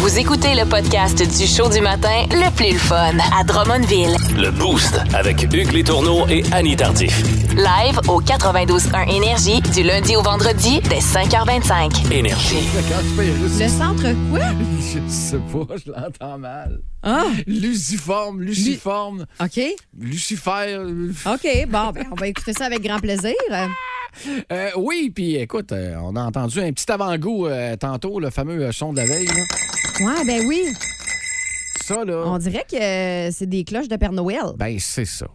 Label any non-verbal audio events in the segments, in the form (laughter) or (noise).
Vous écoutez le podcast du show du matin le plus le fun à Drummondville. Le Boost avec Hugues Létourneau et Annie Tardif. Live au 92.1 Énergie du lundi au vendredi dès 5h25. Énergie. Quand tu fais juste- Le centre quoi? (laughs) Je sais pas, je l'entends mal. Ah, Luciforme, Luciforme, OK. Lucifer. euh, OK. Bon, ben, on va écouter ça avec grand plaisir. euh, oui, puis écoute, euh, on a entendu un petit avant-goût euh, tantôt, le fameux euh, son de la veille. là. Ouais, ben oui. Ça, là, On dirait que euh, c'est des cloches de Père Noël. ben c'est ça.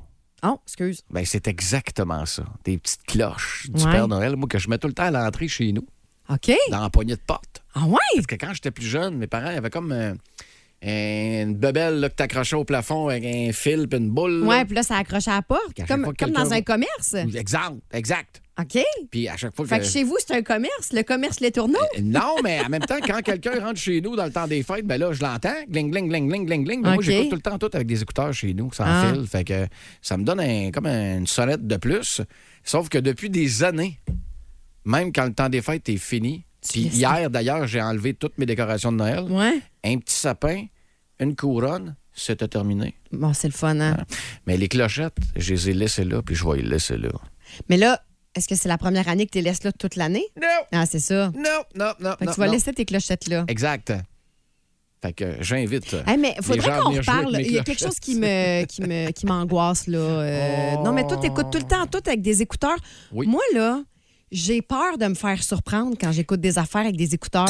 Oh, excuse. Ben c'est exactement ça. Des petites cloches du Ouais. Père Noël, moi, que je mets tout le temps à l'entrée chez nous, OK. dans la poignée de porte. Ah ouais? Parce que quand j'étais plus jeune, mes parents avaient comme euh, une bebelle là, que t'accrochais au plafond avec un fil puis une boule. là. Ouais, puis là, ça accroche à la porte, Quand chaque comme, fois que comme quelqu'un dans va- un commerce. Exact, exact. OK. Puis à chaque fois Fait que chez vous, c'est un commerce, le commerce Les Tourneaux. Non, mais en même temps, quand quelqu'un rentre chez nous dans le temps des fêtes, ben là, je l'entends. Gling, gling, gling, gling, gling, gling. Mais Moi, OK. j'écoute tout le temps tout avec des écouteurs chez nous, sans Ah. fil. Fait que ça me donne un- comme une sonnette de plus. Sauf que depuis des années, même quand le temps des fêtes est fini, puis laisses- hier, d'ailleurs, j'ai enlevé toutes mes décorations de Noël. Ouais. Un petit sapin, une couronne, c'était terminé. Bon, c'est le fun, hein? Mais les clochettes, je les ai laissées là, puis je vais les laisser là. Mais là, est-ce que c'est la première année que tu les laisses là toute l'année? Non, Ah, c'est ça. non, non, non. Fait que non, tu vas non. laisser tes clochettes là. Exact. Fait que j'invite. euh, Hey, mais les faudrait gens à qu'on venir jouer reparle. avec mes Il y a quelque clochettes. chose qui me qui me qui m'angoisse là. Euh, Non, mais toi t'écoutes tout le temps tout avec des écouteurs. Oui. Moi là, j'ai peur de me faire surprendre quand j'écoute des affaires avec des écouteurs.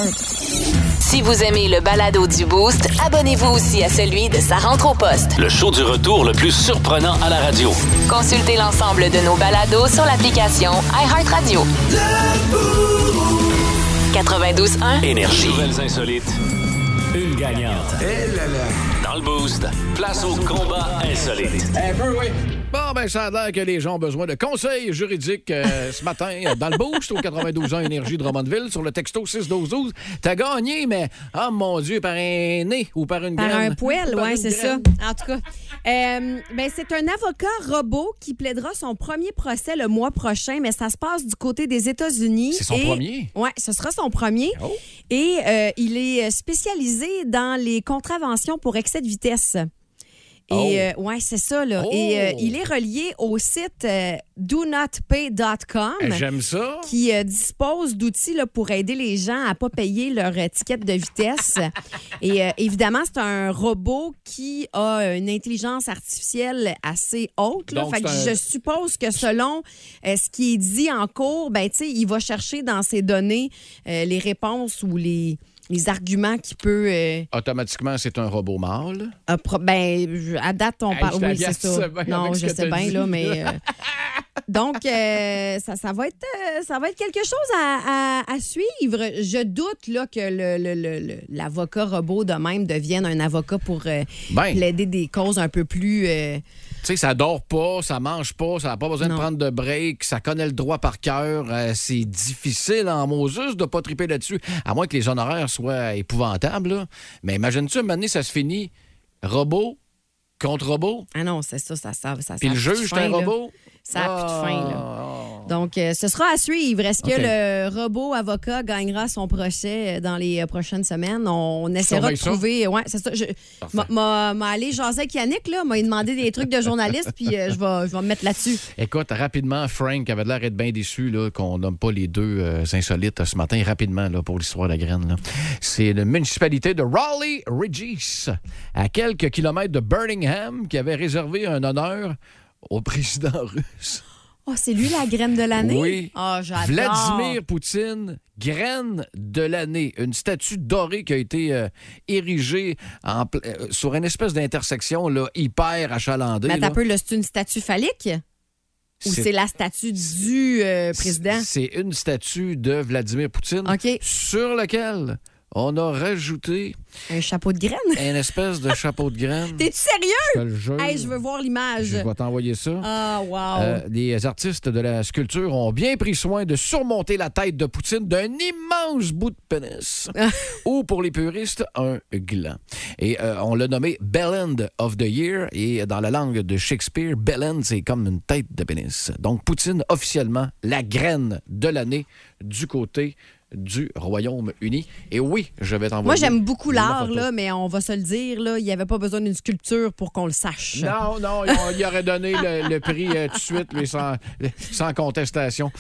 Si vous aimez le balado du Boost, abonnez-vous aussi à celui de Sa rentre au poste. Le show du retour le plus surprenant à la radio. Consultez l'ensemble de nos balados sur l'application iHeartRadio. 92.1. Énergie. Nouvelles insolites. Une gagnante. Dans le Boost, place au combat insolite. Bon, ben, ça a l'air que les gens ont besoin de conseils juridiques (laughs) euh, ce matin euh, dans le Boost au 92 ans Énergie de Drummondville sur le texto 61212. T'as gagné, mais, oh mon Dieu, par un nez ou par une Par graine. un poêle, (laughs) Par ouais, une c'est ça. graine. En tout cas, euh, ben, c'est un avocat robot qui plaidera son premier procès le mois prochain, mais ça se passe du côté des États-Unis. C'est son Et- premier? Ouais, ce sera son premier. Oh. Et euh, il est spécialisé dans les contraventions pour excès de vitesse. Et Oh. euh, ouais, c'est ça là. Oh. Et euh, il est relié au site euh, donotpay.com Euh, J'aime ça. qui euh, dispose d'outils là, pour aider les gens à ne pas payer leur étiquette (laughs) de vitesse. Et euh, évidemment, c'est un robot qui a une intelligence artificielle assez haute. là. Donc, Fait que c'est un- Je suppose que selon euh, ce qui est dit en cours, ben, tu sais, il va chercher dans ses données euh, les réponses ou les, les arguments qu'il peut... euh, Automatiquement, c'est un robot mâle. euh, pro- ben, je- à date, on Hey, parle. je Oui, t'agace, c'est tu ça. sais bien Non, avec ce je que sais t'as bien, dit. (laughs) là, mais. euh, Donc, euh, ça, ça, va être, euh, ça va être quelque chose à, à- à suivre. Je doute là, que le- le- le- le- l'avocat robot de même devienne un avocat pour euh, Ben. plaider des causes un peu plus. euh, Tu sais, ça dort pas, ça mange pas, ça n'a pas besoin Non. de prendre de break, ça connaît le droit par cœur. euh, c'est difficile en Moses de pas triper là-dessus, à moins que les honoraires soient épouvantables. là. Mais imagine-tu, un moment donné, ça se finit robot contre robot, Ah non, c'est ça, ça, ça, puis ça. ça le a plus de juge, c'est fin, un là. robot. Ça a plus de fin, là. Ah. Donc, euh, ce sera à suivre. Est-ce que OK. le robot avocat gagnera son procès euh, dans les euh, prochaines semaines? On, on essaiera de Surveille ça. trouver. euh, Ouais, c'est ça. Je m'a- m'a m'a allé jaser avec Yannick, là, m'a demandé des trucs de journaliste, puis euh, je vais je vais me mettre là-dessus. Écoute, rapidement, Frank avait l'air d'être bien déçu là, qu'on nomme pas les deux euh, insolites euh, ce matin, rapidement, là, pour l'histoire de la graine. là. C'est la municipalité de Raleigh Regis, à quelques kilomètres de Birmingham, qui avait réservé un honneur au (laughs) président russe. Oh, c'est lui la graine de l'année? Oui. Oh, j'adore. Vladimir Poutine, graine de l'année. Une statue dorée qui a été euh, érigée en pla- euh, sur une espèce d'intersection là, hyper achalandée. Mais là. t'as peu, là, c'est une statue phallique? Ou C'est- c'est la statue du euh, président? C'est une statue de Vladimir Poutine OK. sur laquelle on a rajouté Un chapeau de graine. une espèce de chapeau de graine. Je T'es-tu sérieux? te le jure. Hey, je veux voir l'image. Euh, Je vais t'envoyer ça. Ah, wow. Euh, les artistes de la sculpture ont bien pris soin de surmonter la tête de Poutine d'un immense bout de (laughs) pénis ou, pour les puristes, un gland. Et euh, on l'a nommé Bellend of the Year et dans la langue de Shakespeare, Bellend, c'est comme une tête de pénis. Donc, Poutine, officiellement, la graine de l'année du côté du Royaume-Uni. Et oui, je vais t'envoyer. Moi, j'aime beaucoup la l'art, photo. là, mais on va se le dire, là, il n'y avait pas besoin d'une sculpture pour qu'on le sache. Non, non, il il aurait donné le, le prix euh, tout de suite, mais sans- sans contestation.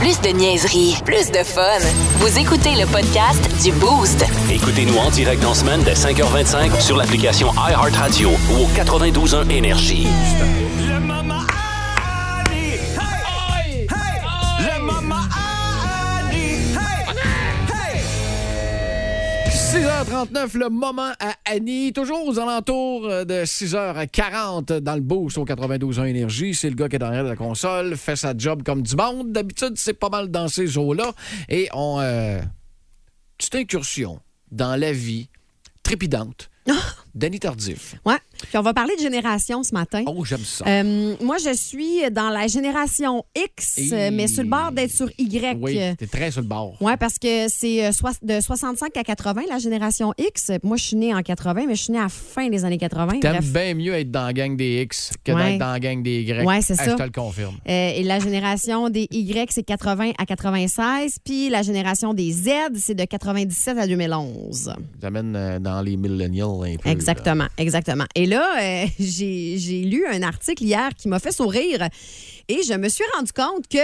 Plus de niaiserie, plus de fun. Vous écoutez le podcast du Boost. Écoutez-nous en direct en semaine dès 5h25 sur l'application iHeartRadio ou au 92.1 Énergie. Hey! 6h39, le moment à Annie. Toujours aux alentours euh, de 6h40 dans le boost au 92.1 Énergie. C'est le gars qui est derrière la console, fait sa job comme du monde. D'habitude, c'est pas mal dans ces eaux-là. Et on... euh, petite incursion dans la vie trépidante Ah! d'Annie Tardif. Ouais. Puis on va parler de génération ce matin. Oh, j'aime ça. Euh, moi, je suis dans la génération X, Et- mais sur le bord d'être sur Y. oui, t'es très sur le bord. Oui, parce que c'est euh, sois- de 65 à 80, la génération X. Moi, je suis née en 80, mais je suis née à la fin des années 80. T'aimes Bref. bien mieux être dans la gang des X que Ouais. d'être dans la gang des Y. Ouais, c'est Ah, ça. Je te le confirme. Euh, et la génération des Y, c'est 80 à 96. Puis la génération des Z, c'est de 97 à 2011. J'amène euh, dans les millennials un peu. là. Exactement, exactement. Et là, euh, (laughs) j'ai j'ai lu un article hier qui m'a fait sourire et je me suis rendu compte que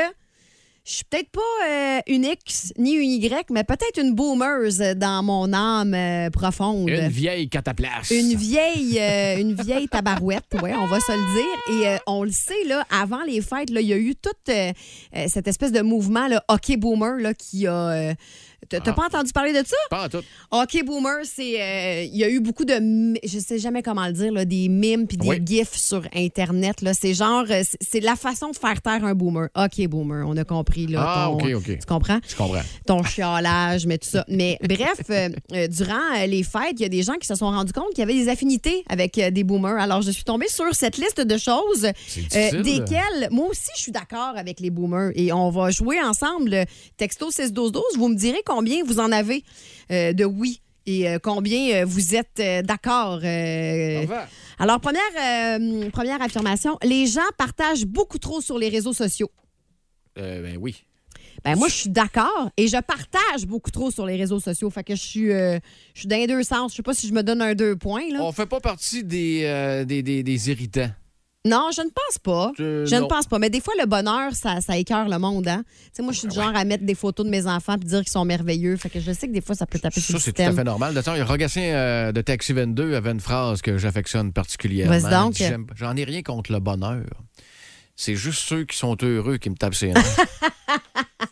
je suis peut-être pas euh, une X ni une Y, mais peut-être une boomer dans mon âme euh, profonde. Une vieille cataplace. Une vieille, euh, une vieille tabarouette, ouais, on va se le dire. Et euh, on le sait, là, avant les fêtes, là, il y a eu toute euh, euh, cette espèce de mouvement, là, hockey boomer, là, qui a. euh, T'as Ah. t'as pas entendu parler de ça? Pas en tout. Hockey Boomer, c'est euh, il y a eu beaucoup de m- je sais jamais comment le dire là, des mimes puis des Oui. gifs sur internet là, c'est genre euh, c'est- c'est la façon de faire taire un boomer. Hockey Boomer, on a compris là. Ah, ton- ok, ok. Tu comprends Je comprends. ton chialage, mais tout ça. Mais bref, euh, euh, durant euh, les fêtes, il y a des gens qui se sont rendus compte qu'il y avait des affinités avec euh, des boomers. Alors, je suis tombée sur cette liste de choses euh, difficile. desquelles moi aussi, je suis d'accord avec les boomers. Et on va jouer ensemble. euh, Texto 6-12-12, vous me direz combien vous en avez euh, de oui et euh, combien euh, vous êtes euh, d'accord. euh, alors, première, euh, première affirmation, les gens partagent beaucoup trop sur les réseaux sociaux. Euh, ben oui. Ben moi, je suis d'accord et je partage beaucoup trop sur les réseaux sociaux. Fait que je suis, euh, je suis dans les deux sens. Je sais pas si je me donne un deux points. Là. On fait pas partie des, euh, des, des, des irritants. Non, je ne pense pas. Euh, je non. ne pense pas. Mais des fois, le bonheur, ça, ça écœure le monde. Hein? Tu sais, moi, Ben je suis du genre à mettre des photos de mes enfants et dire qu'ils sont merveilleux. Fait que je sais que des fois, ça peut taper sur Ça, le c'est tout à système. fait normal. D'ailleurs, Rogatien euh, de Taxi 22 avait une phrase que j'affectionne particulièrement. Vas-y donc. Il dit, J'aime- J'en ai rien contre le bonheur. C'est juste ceux qui sont heureux qui me tapent ses nerfs.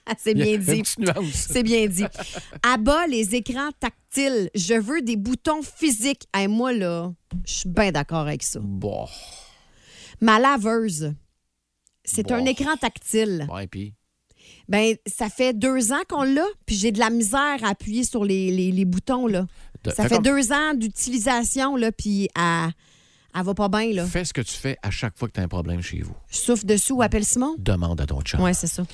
Ah, (laughs) c'est Il y a (laughs) Une bien dit. petite nuance. C'est bien dit. Abat les écrans tactiles. Je veux des boutons physiques. Et moi, là, je suis bien d'accord avec ça. Bon. Ma laveuse, c'est Bon. un écran tactile. Bon, et puis. Ben, ça fait deux ans qu'on l'a, puis j'ai de la misère à appuyer sur les, les- les boutons, là. de- Ça fais fait comme- deux ans d'utilisation, là, puis elle, elle va pas bien, là. Fais ce que tu fais à chaque fois que tu as un problème chez vous. Souffle dessous, appelle Simon. Demande à ton chum. Oui, c'est ça.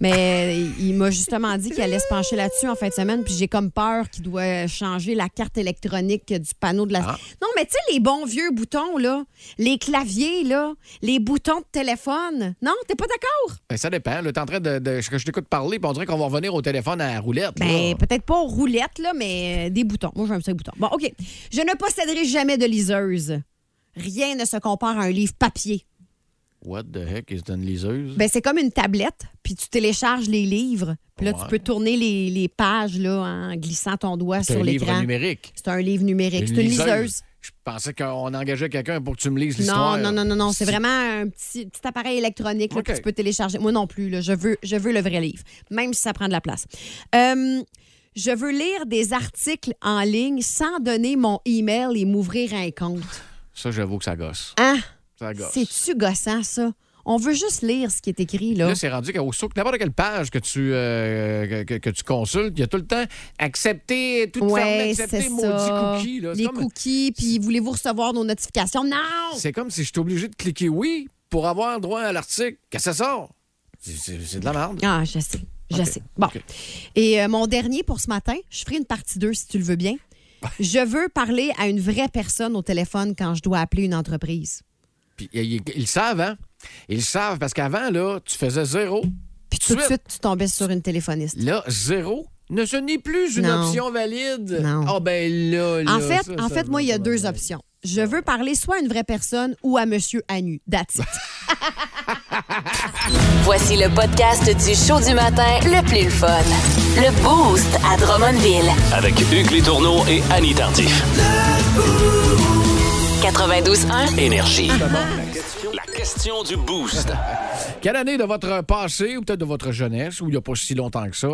Mais euh, il m'a justement dit qu'il allait se pencher là-dessus en fin de semaine, puis j'ai comme peur qu'il doit changer la carte électronique du panneau de la. Ah. Non, mais tu sais, les bons vieux boutons, là, les claviers, là, les boutons de téléphone. Non, t'es pas d'accord? Ben, ça dépend. Là, t'es en train de, de- que je t'écoute parler, puis on dirait qu'on va revenir au téléphone à la roulette. Ben, là. peut-être pas aux roulettes, là, mais euh, des boutons. Moi, j'aime ça, les boutons. Bon, OK. Je ne posséderai jamais de liseuse. Rien ne se compare à un livre papier. What the heck is une liseuse? Ben, c'est comme une tablette, puis tu télécharges les livres. Puis là, Ouais. tu peux tourner les, les pages là, en glissant ton doigt C'est sur un livre l'écran. numérique. C'est un livre numérique. C'est une liseuse. Je pensais qu'on engageait quelqu'un pour que tu me lises Non, l'histoire. non, non, non, non. C'est Si- vraiment un petit, petit appareil électronique là, OK. que tu peux télécharger. Moi non plus. là. Je, veux, je veux le vrai livre, même si ça prend de la place. Euh, je veux lire des articles en ligne sans donner mon email et m'ouvrir un compte. Ça, j'avoue que ça gosse. Hein? Ça Ah, gosse. C'est-tu gossant, ça? On veut juste lire ce qui est écrit, là. Là, c'est rendu qu'au souk, n'importe quelle page que tu, euh, que, que- que tu consultes, il y a tout le temps accepter, tout fermé, Ouais, c'est accepter, maudit ça. cookie. là. C'est Les comme- cookies, puis voulez-vous recevoir nos notifications? Non! C'est comme si je suis obligé de cliquer oui pour avoir droit à l'article. Qu'est-ce que ça sort? C'est- C'est c'est de la merde. Ah, je sais. Je Ok, sais. Bon. ok. Et euh, mon dernier pour ce matin, je ferai une partie 2 si tu le (laughs) veux bien. Je veux parler à une vraie personne au téléphone quand je dois appeler une entreprise. Puis ils, ils le savent, hein? Ils le savent parce qu'avant, là, tu faisais zéro. Puis tout de Suite. suite, tu tombais sur une téléphoniste. Là, zéro. Ne, ce n'est plus une Non. option valide. Non. Ah, ben là, là, En fait, ça, en ça fait va moi, il y a pas deux bien. options. Je veux parler soit à une vraie personne ou à Monsieur Anu. That's it. (laughs) Voici le podcast du show du matin le plus le fun. Le Boost à Drummondville. Avec Hugues Létourneau et Annie Tardif. 92.1. Énergie. La question du boost. Quelle année de votre passé, ou peut-être de votre jeunesse, ou il n'y a pas si longtemps que ça,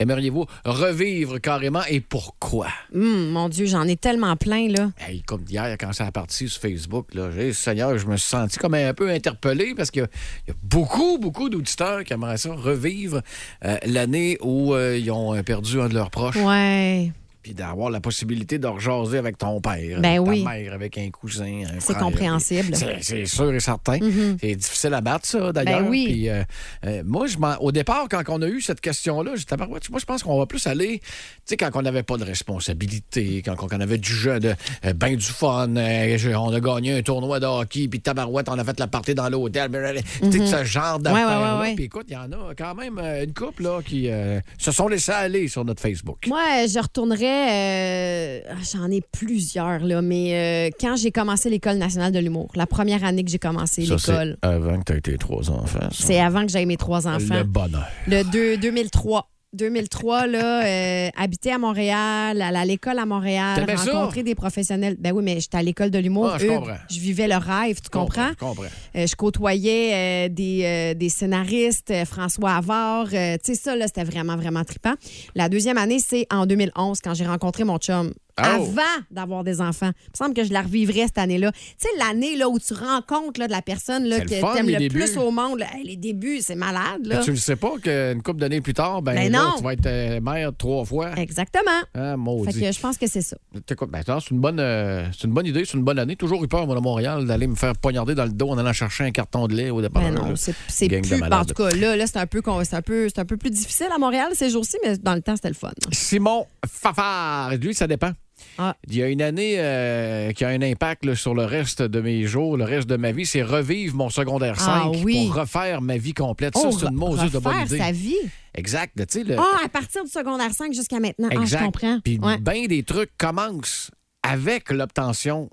aimeriez-vous revivre carrément et pourquoi? Hum, mon Dieu, j'en ai tellement plein, là. Hey, comme hier, quand ça a parti sur Facebook, là, j'ai, Seigneur, je me suis senti comme un peu interpellé parce qu'il y a, il y a beaucoup, beaucoup d'auditeurs qui aimeraient ça revivre euh, l'année où euh, ils ont perdu un de leurs proches. Ouais. Puis d'avoir la possibilité de rejaser avec ton père, Ben avec oui. ta mère, avec un cousin. un C'est frère. compréhensible. Mm-hmm. C'est, c'est sûr et certain. C'est difficile à battre, ça, d'ailleurs. Ben oui. Puis, euh, euh, moi, je m'en- au départ, quand on a eu cette question-là, j'étais moi, je pense qu'on va plus aller, tu sais, quand on n'avait pas de responsabilité, quand on avait du jeu, de euh, ben du fun, euh, je- on a gagné un tournoi de hockey, puis tabarouette, on a fait la partie dans l'hôtel, blablabla. tu sais, ce genre d'affaires-là. Mm-hmm. ouais, ouais, ouais. Puis écoute, il y en a quand même euh, une couple là, qui euh, se sont laissés aller sur notre Facebook. Moi, je retournerais. euh, ah, J'en ai plusieurs, là, mais euh, quand j'ai commencé l'École nationale de l'humour, la première année que j'ai commencé Ça, l'école, c'est avant que tu aies tes trois enfants. ça. c'est avant que j'aie mes trois enfants. Le bonheur. Le, deux- 2003. 2003, là, euh, habiter à Montréal, aller à l'école à Montréal, T'aimais ça? rencontrer des professionnels. Ben oui, mais j'étais à l'école de l'humour. Ah, je Eux, comprends. je vivais le rêve, tu comprends? Je comprends. Euh, je côtoyais euh, des, euh, des scénaristes, euh, François Havard. euh, tu sais, ça, là, c'était vraiment, vraiment trippant. La deuxième année, c'est en 2011, quand j'ai rencontré mon chum. Oh! Avant d'avoir des enfants. Il me semble que je la revivrais cette année-là. Tu sais, l'année là, où tu rencontres là, de la personne là, C'est le que fun, t'aimes les le débuts. plus au monde. là. Hey, les débuts, c'est malade. Mais Là. tu ne sais pas qu'une couple d'années plus tard, ben, Ben là, non. tu vas être euh, mère trois fois. Exactement. Ah, Fait maudit. que je pense que c'est ça. T'as quoi- ben, attends, c'est une, bonne, euh, c'est une bonne idée, c'est une bonne année. Toujours eu peur, moi, à Montréal, d'aller me faire poignarder dans le dos en allant chercher un carton de lait au départ. Mais Ben non, c'est c'est Gang de plus. En malades. tout cas, là, là c'est un, peu con- c'est un, peu- c'est un peu plus difficile à Montréal ces jours-ci, mais dans le temps, c'était le fun. Simon Fafard, lui, ça dépend. Ah. Il y a une année euh, qui a un impact là, sur le reste de mes jours, le reste de ma vie, c'est revivre mon secondaire 5 Ah oui. pour refaire ma vie complète. ça, Oh, c'est une re- maudite de bonne refaire idée. sa vie. Exact. là, Tu sais, le, Ah, à partir du secondaire 5 jusqu'à maintenant. Ah, je Exact. comprends. Puis Ouais. bien des trucs commencent avec l'obtention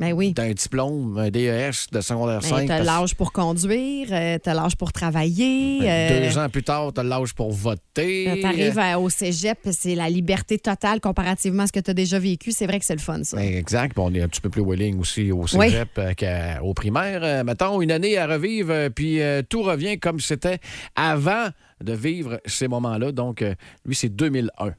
Ben oui. d'un diplôme, un DES de secondaire Ben, 5. t'as parce- l'âge pour conduire, euh, t'as l'âge pour travailler. euh, Ben, Deux ans plus tard, t'as l'âge pour voter. T'arrives euh, au cégep, c'est la liberté totale comparativement à ce que t'as déjà vécu. C'est vrai que c'est le fun, ça. Ben, exact. Puis on est un petit peu plus willing aussi au Oui. cégep euh, qu'au primaire. Euh, mettons, une année à revivre, euh, puis euh, tout revient comme c'était avant de vivre ces moments-là. Donc, euh, lui, c'est 2001.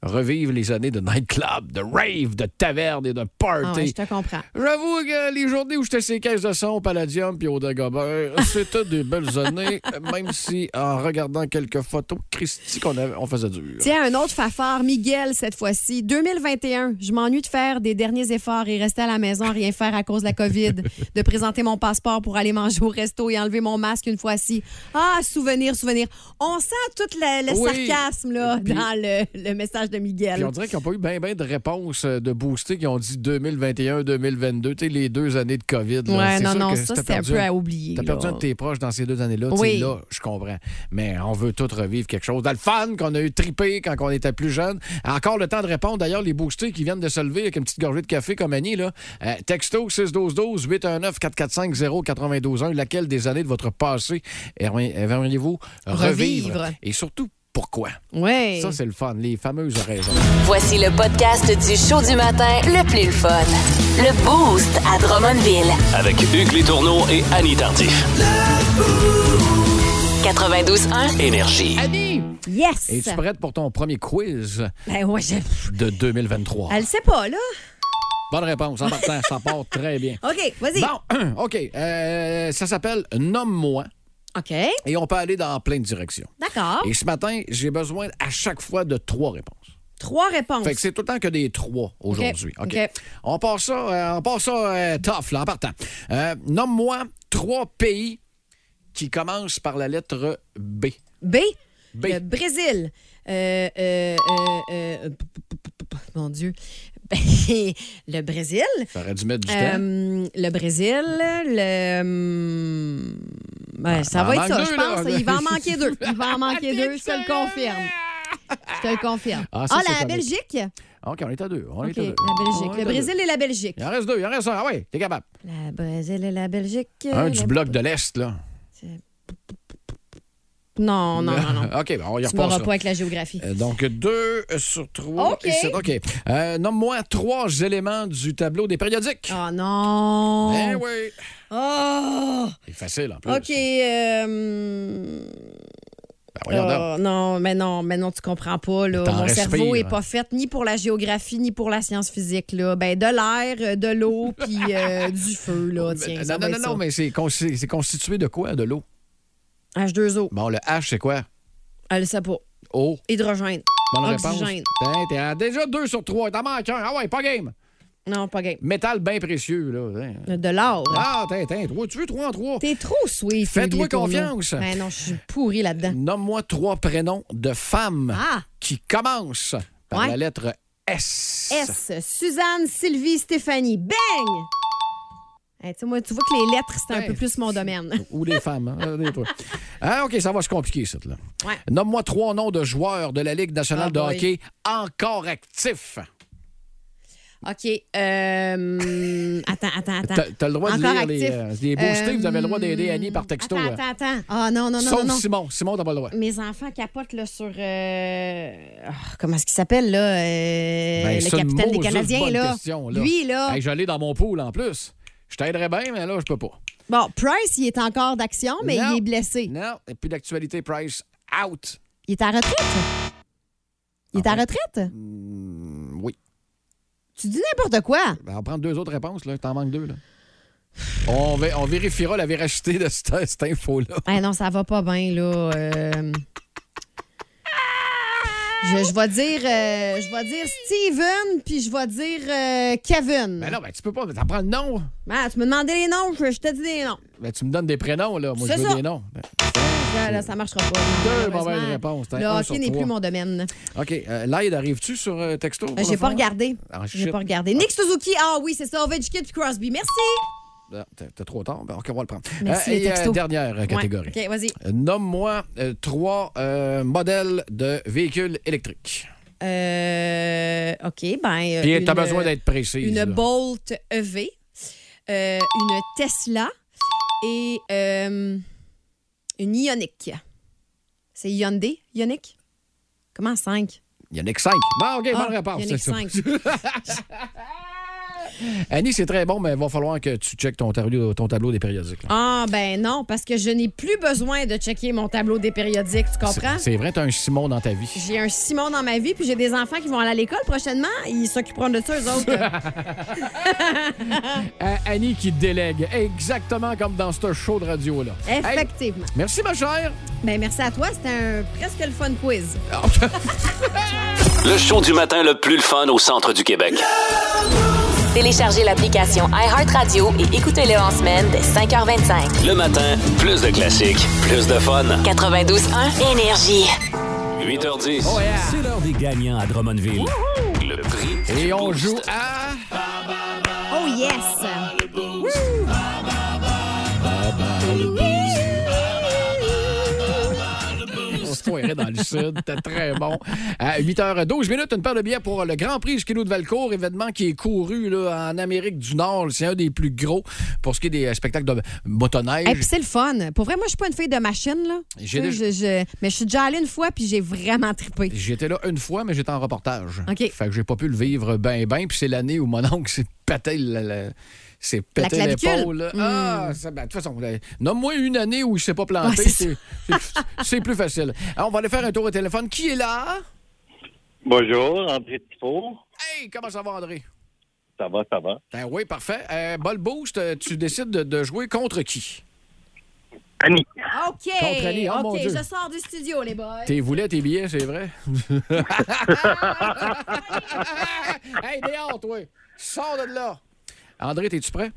Revivre les années de nightclub, de rave, de taverne et de Ah party. ouais, je te comprends. J'avoue que les journées où j'étais ces caisses de son au Palladium puis au (laughs) Dagobert, c'était des belles années, même si en regardant quelques photos, Christy, qu'on avait- on faisait dur. Tiens, un autre fafard, Miguel, cette fois-ci. 2021, je m'ennuie de faire des derniers efforts et rester à la maison à rien faire à cause de (laughs) la COVID, de présenter mon passeport pour aller manger au resto et enlever mon masque une fois ci Ah, souvenir, souvenir. On sent tout le, le Oui. sarcasme là, Puis- dans le, le message de Miguel. Puis on dirait qu'ils n'ont pas eu bien ben de réponses euh, de boostés qui ont dit 2021-2022, tu sais, les deux années de COVID. là. Ouais, C'est non, sûr non, que ça, t'as c'était un perdu peu à oublier. T'as là. perdu un de tes proches dans ces deux années-là. tu Oui. sais, Là, je comprends. Mais on veut tout revivre quelque chose. Dans le fan qu'on a eu tripé quand on était plus jeune. Encore le temps de répondre. D'ailleurs, les boostés qui viennent de se lever avec une petite gorgée de café comme Annie, là. Euh, texto 61212 819 445 0921 Laquelle des années de votre passé aimer- aimeriez-vous revivre? Revivre. Et surtout, pourquoi? Ouais. Ça, c'est le fun. Les fameuses raisons. Voici le podcast du show du matin le plus le fun. Le Boost à Drummondville. Avec Hugues Létourneau et Annie Tardif. 92.1. Énergie. Annie! Yes! Es-tu prête pour ton premier quiz Ben ouais, je... de 2023? Elle sait pas, là. Bonne réponse. En partant, ça part très bien. OK, vas-y. Bon, (clears throat) OK. euh, ça s'appelle Nomme-moi OK, et on peut aller dans plein de directions. d'accord. Et ce matin, j'ai besoin à chaque fois de trois réponses. Trois réponses. Fait que c'est tout le temps que des trois aujourd'hui. OK. OK. OK. On part ça, euh, on part ça euh, tough, là, en partant. Euh, Nomme-moi trois pays qui commencent par la lettre B. B. B. Le Brésil. Euh, euh, euh, euh, p- p- p- p- mon Dieu. (laughs) Ben, le Brésil. T'aurais dû mettre du temps. Euh, le Brésil. Le. hum, ben, ça Ah, en va être ça, manque je deux, pense. là. Il va en manquer (laughs) deux. Il va en manquer deux, je te le confirme. Je te le confirme. Ah, Ah, ça, c'est la correct. Belgique? OK, OK, on est à deux. On la est à deux. Belgique. On est Le à deux. Brésil et la Belgique. Il en reste deux, il en reste un. Ah oui, t'es capable. Le Brésil et la Belgique. Un du Euh, La- bloc de l'Est, là. Oh, Non, non, (laughs) non, non. OK, ben, on y Tu m'auras repasse. pas là. avec la géographie. Euh, Donc, deux sur trois. OK. et sept. OK. Euh, Nomme-moi trois éléments du tableau des périodiques. Oh Eh non! oui. Oh! C'est facile, en plus. OK. euh, Ben, voyons donc. oh, non, mais non, mais non, tu comprends pas. Là. T'en Mon cerveau respires, est hein. pas fait ni pour la géographie ni pour la science physique. Là. Ben, de l'air, euh, (laughs) de l'eau, puis euh, du feu. Là. Tiens, ça Ben, non, non, va non, être non, ça. mais c'est con- c'est c'est constitué de quoi, de l'eau? H2O, Bon, le H, c'est quoi? elle sait pas. O. Hydrogène. Bonne Oxygène. réponse. Ben, T'es- T'es à déjà deux sur trois. T'en manques un. Ah ouais, pas game. Non, pas game. Métal bien précieux, là. Hein. De l'or. Ah, t'es, t'es, trois- tu veux trois en trois? T'es trop sweet. Fais-toi Olivier Tourneau. confiance. Ben non, je suis pourrie là-dedans. Nomme-moi trois prénoms de femmes Ah! qui commencent par Ouais. la lettre S. S. Suzanne, Sylvie, Stéphanie. Bang! Hey, tu sais, moi, tu vois que les lettres, c'est un Ouais. peu plus mon domaine. Ou des femmes. Hein? des trucs. Ah, OK, ça va se compliquer, ça. Là. Ouais. Nomme-moi trois noms de joueurs de la Ligue nationale Ah de boy. hockey encore actifs. OK. euh, (laughs) attends, attends, attends. T'as- t'as le droit de Encore lire les, actif. Euh, euh, les beaux cités, vous avez le droit d'aider Annie par texto, Attends, hein. attends, attends. Ah non, non, non, Sauf non, non. Simon. Simon, t'as pas le droit. Mes enfants capotent là, sur. euh, ah, comment est-ce qu'il s'appelle, là? euh, Ben, le c'est une capitaine des maudite Canadiens, bonne là. question, Lui, là. Hey, J'allais dans mon pool en plus. Je t'aiderais bien, mais là, je peux pas. Bon, Price, il est encore d'action, mais Non. il est blessé. Non, et puis l'actualité, Price, out. Il est à retraite. Il est à retraite? Mm, Ah Oui. Tu dis n'importe quoi. Ben, on va prendre deux autres réponses, là. T'en manques deux, là. On, vé- on vérifiera la véracité de cette, cette info-là. Ah non, ça va pas bien, là. euh. Je, je vais dire, euh, je vais dire Steven, puis je vais dire euh, Kevin. Mais non, ben, tu peux pas. T'en prends le nom. Ah, tu me demandais les noms, je, je te dis les noms. Ben, tu me donnes des prénoms, là. Moi, je C'est veux ça. des noms. Ben, Là, là, ça marchera pas. Deux malheureusement. mauvaises réponses, t'as Le un hockey sur n'est trois. plus mon domaine. OK. euh, L'aide, arrives-tu sur euh, texto? pour Euh, J'ai le pas faire? regardé. Ah, J'ai shit. pas regardé. Nick Suzuki, ah oui, c'est ça. Ovechkin puis Crosby. Merci. Ah, T'es t'es trop tard. Ben, OK, on va le prendre. Merci, les et, textos. dernière euh, catégorie. Ouais. OK, vas-y. Euh, Nomme-moi euh, trois euh, modèles de véhicules électriques. Euh, OK, ben. euh, Puis t'as une- besoin d'être précis. une Bolt EV, euh, une Tesla et euh, une Ioniq. C'est Hyundai, Ioniq? Comment 5? Il y en a que cinq. Bon, Ah, OK, bonne réponse. Ioniq c'est 5. ça. Annie, c'est très bon, mais il va falloir que tu checkes ton tableau, ton tableau des périodiques. là. Ah, ben non, parce que je n'ai plus besoin de checker mon tableau des périodiques, tu comprends? C'est- C'est vrai, t'as un Simon dans ta vie. J'ai un Simon dans ma vie, puis j'ai des enfants qui vont aller à l'école prochainement. Ils s'occuperont de ça, eux autres. Euh, Annie qui délègue, exactement comme dans ce show de radio-là. (laughs) Hey, Effectivement. merci, ma chère. Ben merci à toi. C'était un- presque le fun quiz. Le show du matin le plus le fun au centre du Québec. Téléchargez l'application iHeartRadio et écoutez-le en semaine dès 5h25. Le matin, plus de classiques, plus de fun. 92.1 Énergie. 8h10. Oh, C'est l'heure des gagnants à Drummondville. Le prix. Et du on Boost. joue à... Oh yes! On se croirait dans le sud. C'était très bon. À 8h12 minutes, une paire de billets pour le Grand Prix Skidoo de Valcourt, événement qui est couru là, en Amérique du Nord. C'est un des plus gros pour ce qui est des euh, spectacles de motoneige. Hey, puis c'est le fun. Pour vrai, moi, je suis pas une fille de machine, là. J'ai Tu déjà- sais, je- je- Mais je suis déjà allée une fois, puis j'ai vraiment trippé. J'étais là une fois, mais j'étais en reportage. OK. Fait que j'ai pas pu le vivre ben ben. Puis c'est l'année où mon oncle s'est pété la- la- s'est pété clavicule. Hmm. l'épaule. Ah, ça- ben, de toute façon, là, nomme-moi une année où il s'est pas planté. Ouais, c'est c'est, c'est- c'est plus facile. Alors, on va aller faire un tour au téléphone. Qui est là? Bonjour, André Thibault. Hey, comment ça va, André? Ça va, ça va. Ben oui, parfait. Euh, Bol Boost, euh, tu décides de, de jouer contre qui? Annie, OK. Contre Ali, oh mon OK, Dieu. je sors du studio, les boys. Tes voulets, tes billets, c'est vrai? hey, dehors, toi! Sors de là! André, es-tu prêt?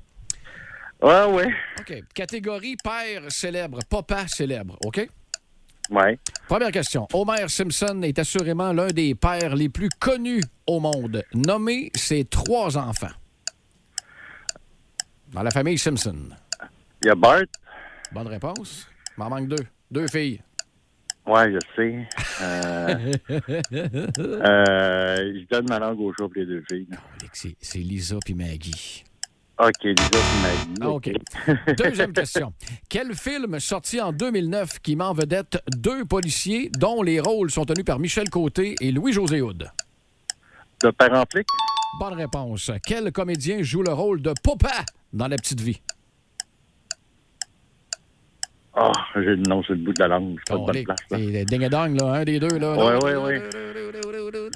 ouais, ouais. OK. Catégorie père célèbre, papa célèbre, OK? Ouais. Première question. Homer Simpson est assurément l'un des pères les plus connus au monde. Nommez ses trois enfants. Dans la famille Simpson. Il y a Bart. Bonne réponse. M'en manque deux. Deux filles. Ouais, je sais. (laughs) Euh, euh, je donne ma langue au chat pour les deux filles. là. C'est c'est Lisa puis Maggie. OK, Lisa, tu Ah, m'as (laughs) OK. Deuxième question. Quel film sorti en 2009 qui met en vedette deux policiers dont les rôles sont tenus par Michel Côté et Louis-José Hood? Le père en flic? Bonne réponse. Quel comédien joue le rôle de Papa dans La Petite Vie? Ah, j'ai le nom sur le bout de la langue. Je suis pas de bonne Colique. place, là. Et ding et dong, là, un des deux, là. Ouais, Non. ouais, ouais.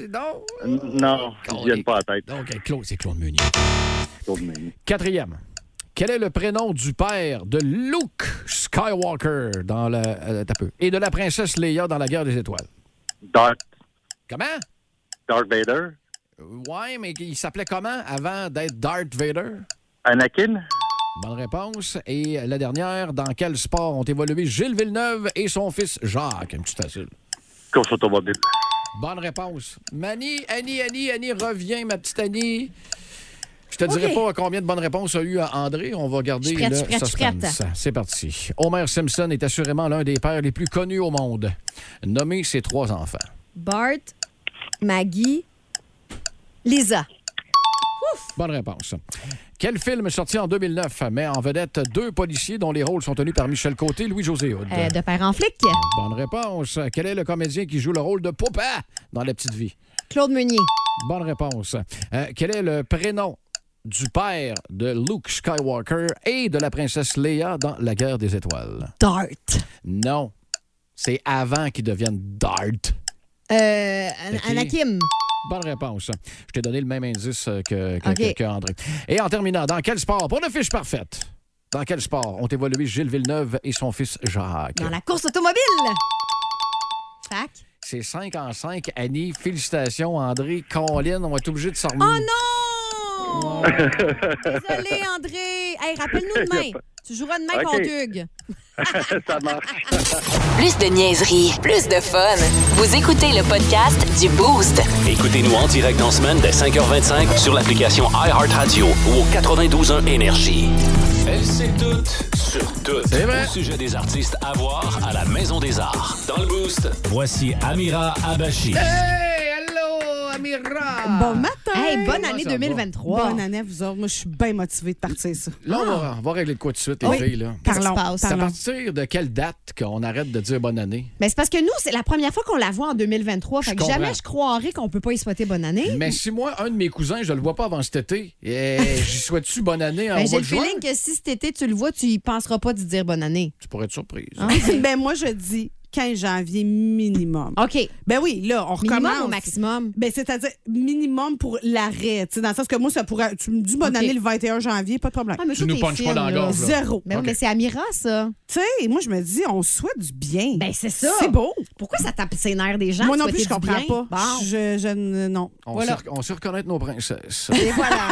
Non. Non, ils viennent pas à la tête. Donc, Claude, c'est Claude Meunier. Tourne-moi. Quatrième. Quel est le prénom du père de Luke Skywalker dans le. euh, t'as peu. Et de la princesse Leia dans la guerre des étoiles? Dark, Comment? Dark Vader? Ouais, mais il s'appelait comment avant d'être Darth Vader? Anakin? Bonne réponse. Et la dernière, dans quel sport ont évolué Gilles Villeneuve et son fils Jacques? Une petite facile. Course automobile. Bonne réponse. Mani, Annie, Annie, Annie, reviens, ma petite Annie. Je te OK. dirai pas combien de bonnes réponses a eu André. On va garder Je suis prête, le je suis prête, je suis prête. suspense. C'est parti. Homer Simpson est assurément l'un des pères les plus connus au monde. Nommez ses trois enfants. Bart, Maggie, Lisa. Bonne réponse. Quel film sorti en 2009 met en vedette deux policiers dont les rôles sont tenus par Michel Côté et Louis-José Hood? Euh, de père en flic, Bonne réponse. Quel est le comédien qui joue le rôle de Papa dans La Petite Vie? Claude Meunier. Bonne réponse. Euh, quel est le prénom du père de Luke Skywalker et de la princesse Leia dans La guerre des étoiles? Dart. Non. C'est avant qu'ils deviennent Dart. Euh, qui? Anakim. Bonne réponse. Je t'ai donné le même indice euh, que, que- OK. que- que André. Et en terminant, dans quel sport, pour le fiche parfaite, dans quel sport ont évolué Gilles Villeneuve et son fils Jacques? Dans la course automobile. Fac. C'est 5 en 5. Annie, félicitations. André, Colin, on va être obligé de s'en (laughs) Oh non! Désolé, André. Hey, rappelle-nous demain. Tu joueras demain OK. contre Hugues. (laughs) Ça marche. Plus de niaiserie, plus de fun. Vous écoutez le podcast du Boost. Écoutez-nous en direct en semaine dès 5h25 sur l'application iHeartRadio ou au 92.1 Énergie. Elle sait tout sur tout. C'est vrai. Au sujet des artistes à voir à la Maison des Arts. Dans le Boost, voici Amira Abachi. Hey, hello, Amira! Bon matin! Hey, bonne Comment année ça va? 2023. Bonne année à vous autres. Moi, je suis bien motivée de partir ça. Là, on, va, on va régler de quoi tout de suite, les Oui. filles. Là. Qu'est-ce qui se Parlons, passe? C'est à parlons. partir de quelle date qu'on arrête de dire bonne année? Mais c'est parce que nous, c'est la première fois qu'on la voit en 2023. Fait Je que jamais comprends. je croirais qu'on peut pas y souhaiter bonne année. Mais si moi, un de mes cousins, je le vois pas avant cet été, eh, j'y souhaite-tu bonne année en Ben, mois J'ai de le juin? feeling que si cet été tu le vois, tu y penseras pas de se dire bonne année. Tu pourrais être Ah, surprise. ben, moi, je dis 15 janvier minimum. (laughs) OK. Ben oui, là, on recommence. Ah. Minimum au maximum. Ben, c'est-à-dire minimum pour l'arrêt. tu sais, Dans le sens que moi, ça pourrait. Tu me dis bonne OK. année le 21 janvier, pas de problème. Ah, mais Tu tout nous est punches pas fine, dans la là. gorge, là. Zéro. Mais, oui, OK. mais c'est Amira, ça. Tu sais, moi, je me dis, on souhaite du bien. Ben, c'est ça. C'est beau. Pourquoi ça tape ses nerfs des gens? moi de non plus, je souhaiter du comprends bien? pas. Je, je ne- non. On, Voilà. sait, on sait reconnaître nos princesses. Bon. Et voilà,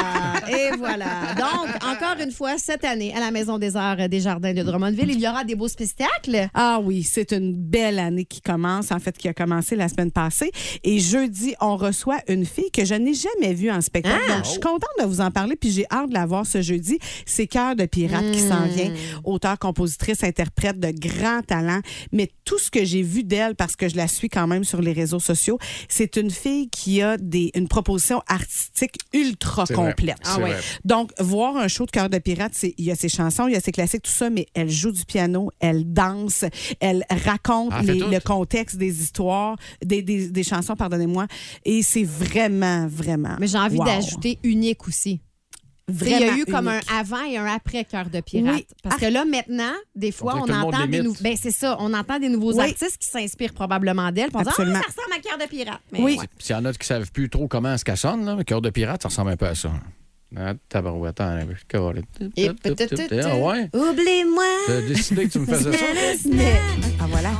et voilà. Donc, encore une fois, cette année, à la Maison des Arts euh, des Jardins de Drummondville, il y aura des beaux spectacles. Ah oui, c'est une belle année qui commence, en fait, qui a commencé la semaine passée. Et jeudi, on reçoit une fille que je n'ai jamais vue en spectacle. Donc, je suis contente de vous en parler, puis j'ai hâte de la voir ce jeudi. C'est Cœur de pirate qui s'en vient. Auteur, compositrice, interprète de grand talent. Mais tout ce que j'ai vu d'elle, parce que je la suis quand même sur les réseaux sociaux, c'est une fille qui a des, une proposition artistique ultra C'est vrai. complète. C'est vrai. Donc, voir un show de cœur de pirate, c'est- il y a ses chansons, il y a ses classiques, tout ça, mais elle joue du piano, elle danse, elle raconte Ah, Elle fait les- tout. le contexte des histoires, des, des- des chansons, pardonnez-moi. Et c'est vraiment, vraiment. Mais j'ai envie wow. d'ajouter unique aussi. Tu sais, Vraiment Il y a eu comme un unique. avant et un après cœur de pirate. Oui. Parce que là, maintenant, des fois, On on, dirait que tout le monde entend des l'imite. nouveaux. Ben, c'est ça. On entend des nouveaux Oui. artistes qui s'inspirent probablement d'elle. puis On dit, ah, Absolument. ça ressemble à cœur de pirate. Mais Oui. ouais. S'il y en a qui savent plus trop comment est-ce qu'elle sonne, là, le cœur de pirate, ça ressemble un peu à ça. Ah, tabarouette, attends un peu. Câlin. Et Ah ouais? T'as Oublie-moi. décidé que tu me faisais ça? Ah, voilà.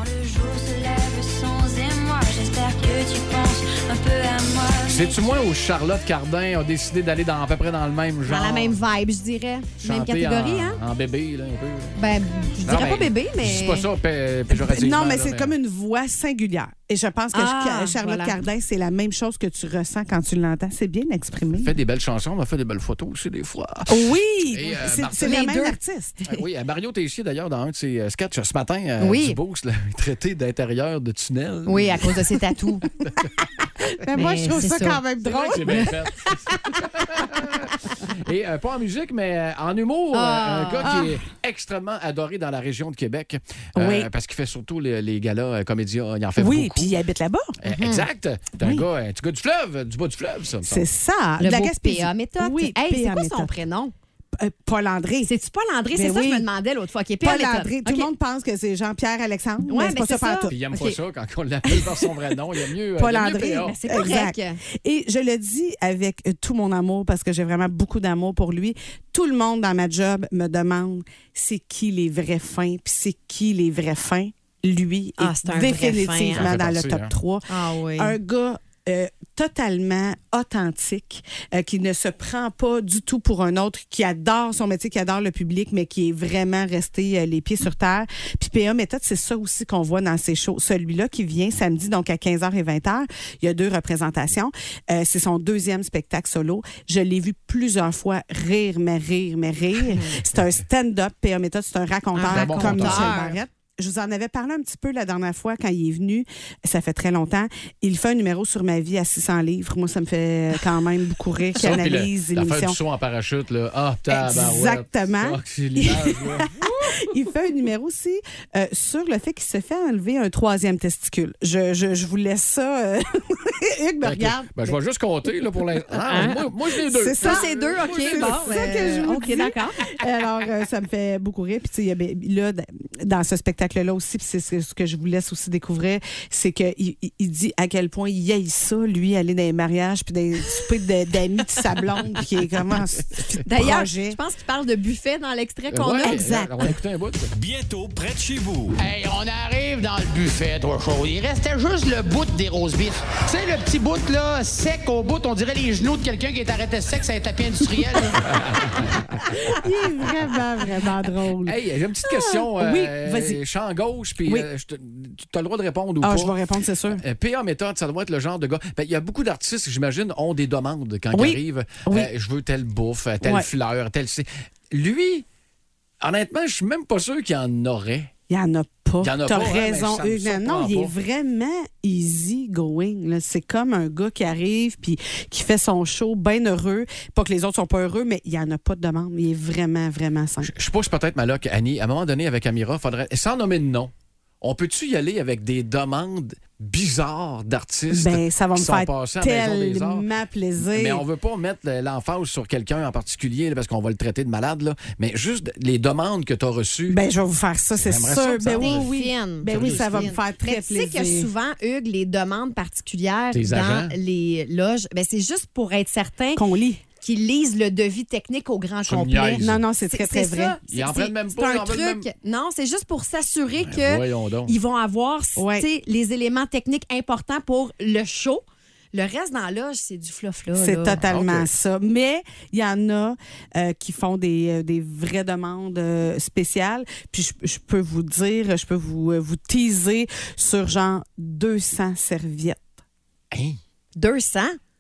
C'est-tu moi où Charlotte Cardin a décidé d'aller dans, à peu près dans le même genre? Dans la même vibe, je dirais. Même chanter catégorie, en, hein? En bébé, là, un peu. Ben, je Non, dirais pas mais bébé, mais. Je dis pas ça pé- péjorativement. Non, mais là, c'est comme une voix singulière. Et je pense que Ah, je- Charlotte voilà. Cardin, c'est la même chose que tu ressens quand tu l'entends. C'est bien exprimé. Elle fait des belles chansons, on m'a fait des belles photos aussi, des fois. (laughs) Oui, Et, euh, c'est- Martin- c'est la Les même deux. artiste. Ah Oui, euh, Mario Tessier, d'ailleurs, dans un de ses euh, sketchs euh, ce matin, euh, Oui. du Boost, là, (laughs) est traité d'intérieur de tunnel. Oui, à cause de ses (laughs) tatous. Mais moi, Mais je trouve c'est Eh, ça, ça. quand même C'est vrai drôle. que c'est (laughs) bien fait. Et euh, pas en musique, mais euh, en humour, euh, Ah. un gars qui est extrêmement adoré dans la région de Québec. euh, Oui. Parce qu'il fait surtout les, les galas euh, comédia. Il en fait Oui, beaucoup. puis il habite là-bas. Euh, Exact. T'es un gars, un petit gars du fleuve, euh, du bas du fleuve, ça. me C'est semble. ça. Le de la beau Gaspésie. PA méthode. Oui, Hey, c'est PA quoi son méthode. prénom? Euh, Paul André. C'est-tu Paul André? C'est Ben ça que je oui. me demandais l'autre fois. Qui est PA Paul méthode. André. Tout OK. le monde pense que c'est Jean-Pierre Alexandre, Ouais, mais c'est mais pas c'est ça ça. partout. Puis il aime Ok. pas ça quand on l'appelle par son vrai nom. Il aime mieux. euh, Paul il aime mieux André. PA. Ben, c'est correct. Exact. Et je le dis avec euh, tout mon amour parce que j'ai vraiment beaucoup d'amour pour lui. Tout le monde dans ma job me demande c'est qui les vrais fins, puis c'est qui les vrais fins. Lui Ah, c'est est, un vrai définitivement fin, hein? dans Ça le fait top partie, 3. Ah oui. Un gars euh, totalement authentique, euh, qui ne se prend pas du tout pour un autre, qui adore son métier, qui adore le public, mais qui est vraiment resté euh, les pieds sur terre. Puis PA Méthode, c'est ça aussi qu'on voit dans ces shows. Celui-là qui vient samedi, donc à 15h et 20h, il y a deux représentations. Euh, c'est son deuxième spectacle solo. Je l'ai vu plusieurs fois rire, mais rire, mais (laughs) rire. c'est un stand-up. PA Méthode, c'est un raconteur Un comme Michel raconteur. Barrette. Je vous en avais parlé un petit peu la dernière fois quand il est venu. Ça fait très longtemps. Il fait un numéro sur ma vie à 600 livres. Moi, ça me fait quand même beaucoup rire. Qui Ça, puis le- analyse L'affaire l'émission. du saut en parachute, là. Ah, tabarouette. Exactement. Ah, c'est (laughs) l'image, là. Il fait un numéro aussi euh, sur le fait qu'il se fait enlever un troisième testicule. Je, je, je vous laisse ça. euh, (laughs) Hugues Fait me que, regarde. ben, je vais juste compter là, pour l'instant. Ah, moi, moi, j'ai les deux. C'est Ça, ça. c'est deux, OK. C'est bon, ça que euh, je vous OK, dis. d'accord. Alors, euh, ça me fait beaucoup rire. Puis, tu sais, il y a ben- là, d- dans ce spectacle-là aussi, puis c'est ce ce que je vous laisse aussi découvrir, c'est qu'il il dit à quel point il haït ça, lui, aller dans les mariages, puis dans les soupers de- d'amis de sa blonde, puis qui est comment. D'ailleurs, je pense qu'il parle de buffet dans l'extrait Euh, qu'on ouais, a. On va écouter un bout. Bientôt près de chez vous. Hey, on arrive dans le buffet, trois choses. Il restait juste le bout des rose beef. Tu sais, le petit bout, là, sec au bout, on dirait les genoux de quelqu'un qui est arrêté sec, c'est un tapis industriel. là. Il est vraiment, vraiment drôle. Hey, j'ai une petite question. Ah, oui, euh, vas-y. Champ gauche, puis Oui. euh, je te- tu as le droit de répondre ou Ah, pas. je vais répondre, c'est sûr. Euh, PA méthode, ça doit être le genre de gars. Ben, Il y a beaucoup d'artistes, j'imagine, ont des demandes quand Oui. ils arrivent. Oui. Euh, je veux telle bouffe, euh, telle Ouais. fleur, telle. ci- Lui, honnêtement, je suis même pas sûr qu'il en aurait. Il n'y en a pas. Il y en a T'as pas, hein, raison. mais ça me surprend Hugues. non, il pas. est vraiment easy going. là. C'est comme un gars qui arrive puis qui fait son show bien heureux. Pas que les autres sont pas heureux, mais il n'y en a pas de demande. Il est vraiment, vraiment simple. Je pousse peut-être ma loque, Annie. À un moment donné, avec Amira, faudrait. Sans nommer de nom, on peut-tu y aller avec des demandes bizarres d'artistes? Ben, ça va qui me sont faire passés à la Maison des Arts? tellement plaisir. Mais on veut pas mettre le- l'emphase sur quelqu'un en particulier là, parce qu'on va le traiter de malade, là. mais juste les demandes que tu as reçues. Ben, je vais vous faire ça, c'est J'aimerais sûr. ça, ben ça oui, Des oui. fines. Ben oui, ça va me faire Mais très tu sais plaisir. que souvent, Hugues, les demandes particulières Tes agents? dans les loges, ben c'est juste pour être certain Qu'on lit. qu'ils lisent le devis technique au grand C'est une complet. niaise. Non, non, c'est très, très c'est vrai. ça. Ils C'est- en c'est- prennent même c'est pas, ils un en truc. prennent Non, c'est juste pour s'assurer Ben, que voyons donc. ils vont avoir tu Ouais. sais, les éléments techniques importants pour le show. Le reste dans la loge, c'est du fluff là. C'est là. totalement Ok. ça. Mais il y en a euh, qui font des, euh, des vraies demandes euh, spéciales. Puis je, je peux vous dire, je peux vous, euh, vous teaser sur genre 200 serviettes. Hein? 200.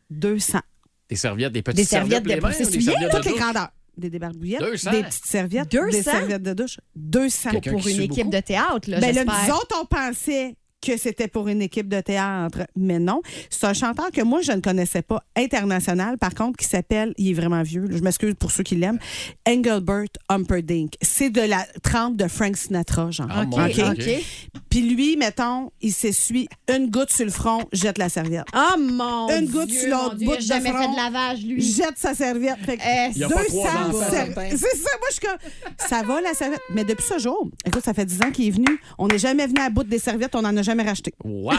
200. Des serviettes, des petites Des serviettes de pour les mains, pour des s'essuyer, serviettes de Toutes les douche. grandeurs. Des débarbouillettes, 200. des petites serviettes, 200. des serviettes de douche. 200. Quelqu'un Pour qui une sue équipe beaucoup. de théâtre, là, Ben là, j'espère. nous autres, on pensait que c'était pour une équipe de théâtre, mais non. C'est un chanteur que moi, je ne connaissais pas, international, par contre, qui s'appelle, il est vraiment vieux, là, je m'excuse pour ceux qui l'aiment, Engelbert Humperdinck. C'est de la trempe de Frank Sinatra, genre. Ah, mon OK, Dieu, OK. Puis lui, mettons, il s'essuie une goutte sur le front, jette la serviette. Ah, mon Une Dieu, goutte sur l'autre mon Dieu, bout il a de jamais fait front. de lavage, lui. Jette sa serviette. Fait que Eh, Il y a 200 pas trois enfants, serviettes. C'est ça, moi, je suis comme. Ça va, la serviette. Mais depuis ce jour, écoute, ça fait 10 ans qu'il est venu. On n'est jamais venu à bout des serviettes, on n'en a jamais racheté. Wow!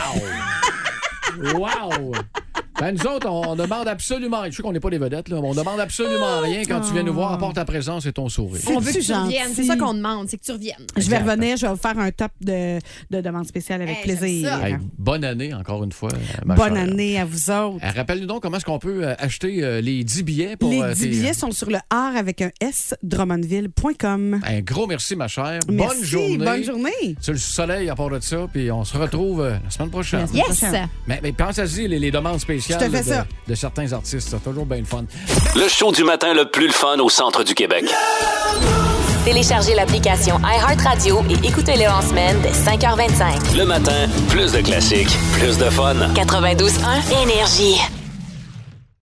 wow! Ben, nous autres, on, on demande absolument. Je sais qu'on n'est pas des vedettes, là, mais on demande Oh, absolument rien quand tu viens nous voir, apporte ta présence et ton sourire. On veut que C'est-tu tu reviennes. C'est gentil? ça qu'on demande, c'est que tu reviennes. Je vais revenir, je vais vous faire un top de, de demandes spéciales avec Hey, j'aime plaisir. ça. Hey, bonne année, encore une fois. euh, ma Bonne chère. année à vous autres. Euh, Rappelle-nous donc comment est-ce qu'on peut euh, acheter euh, les 10 billets pour euh, Les 10 tes- billets sont sur le art avec un S, drummondville.com. Un gros merci, ma chère. Merci, bonne journée. Bonne journée. C'est le soleil à part de ça, puis on se retrouve euh, la semaine prochaine. Merci. Yes! prochaine. Mais, mais pense à les, les demandes spéciales Je te fais de, ça. de certains artistes. C'est toujours bien le fun. Le show du matin le plus le fun au centre du Québec. Téléchargez l'application iHeartRadio et écoutez-le en semaine dès 5h25. Le matin, plus de classiques, plus de fun. 92.1 Énergie.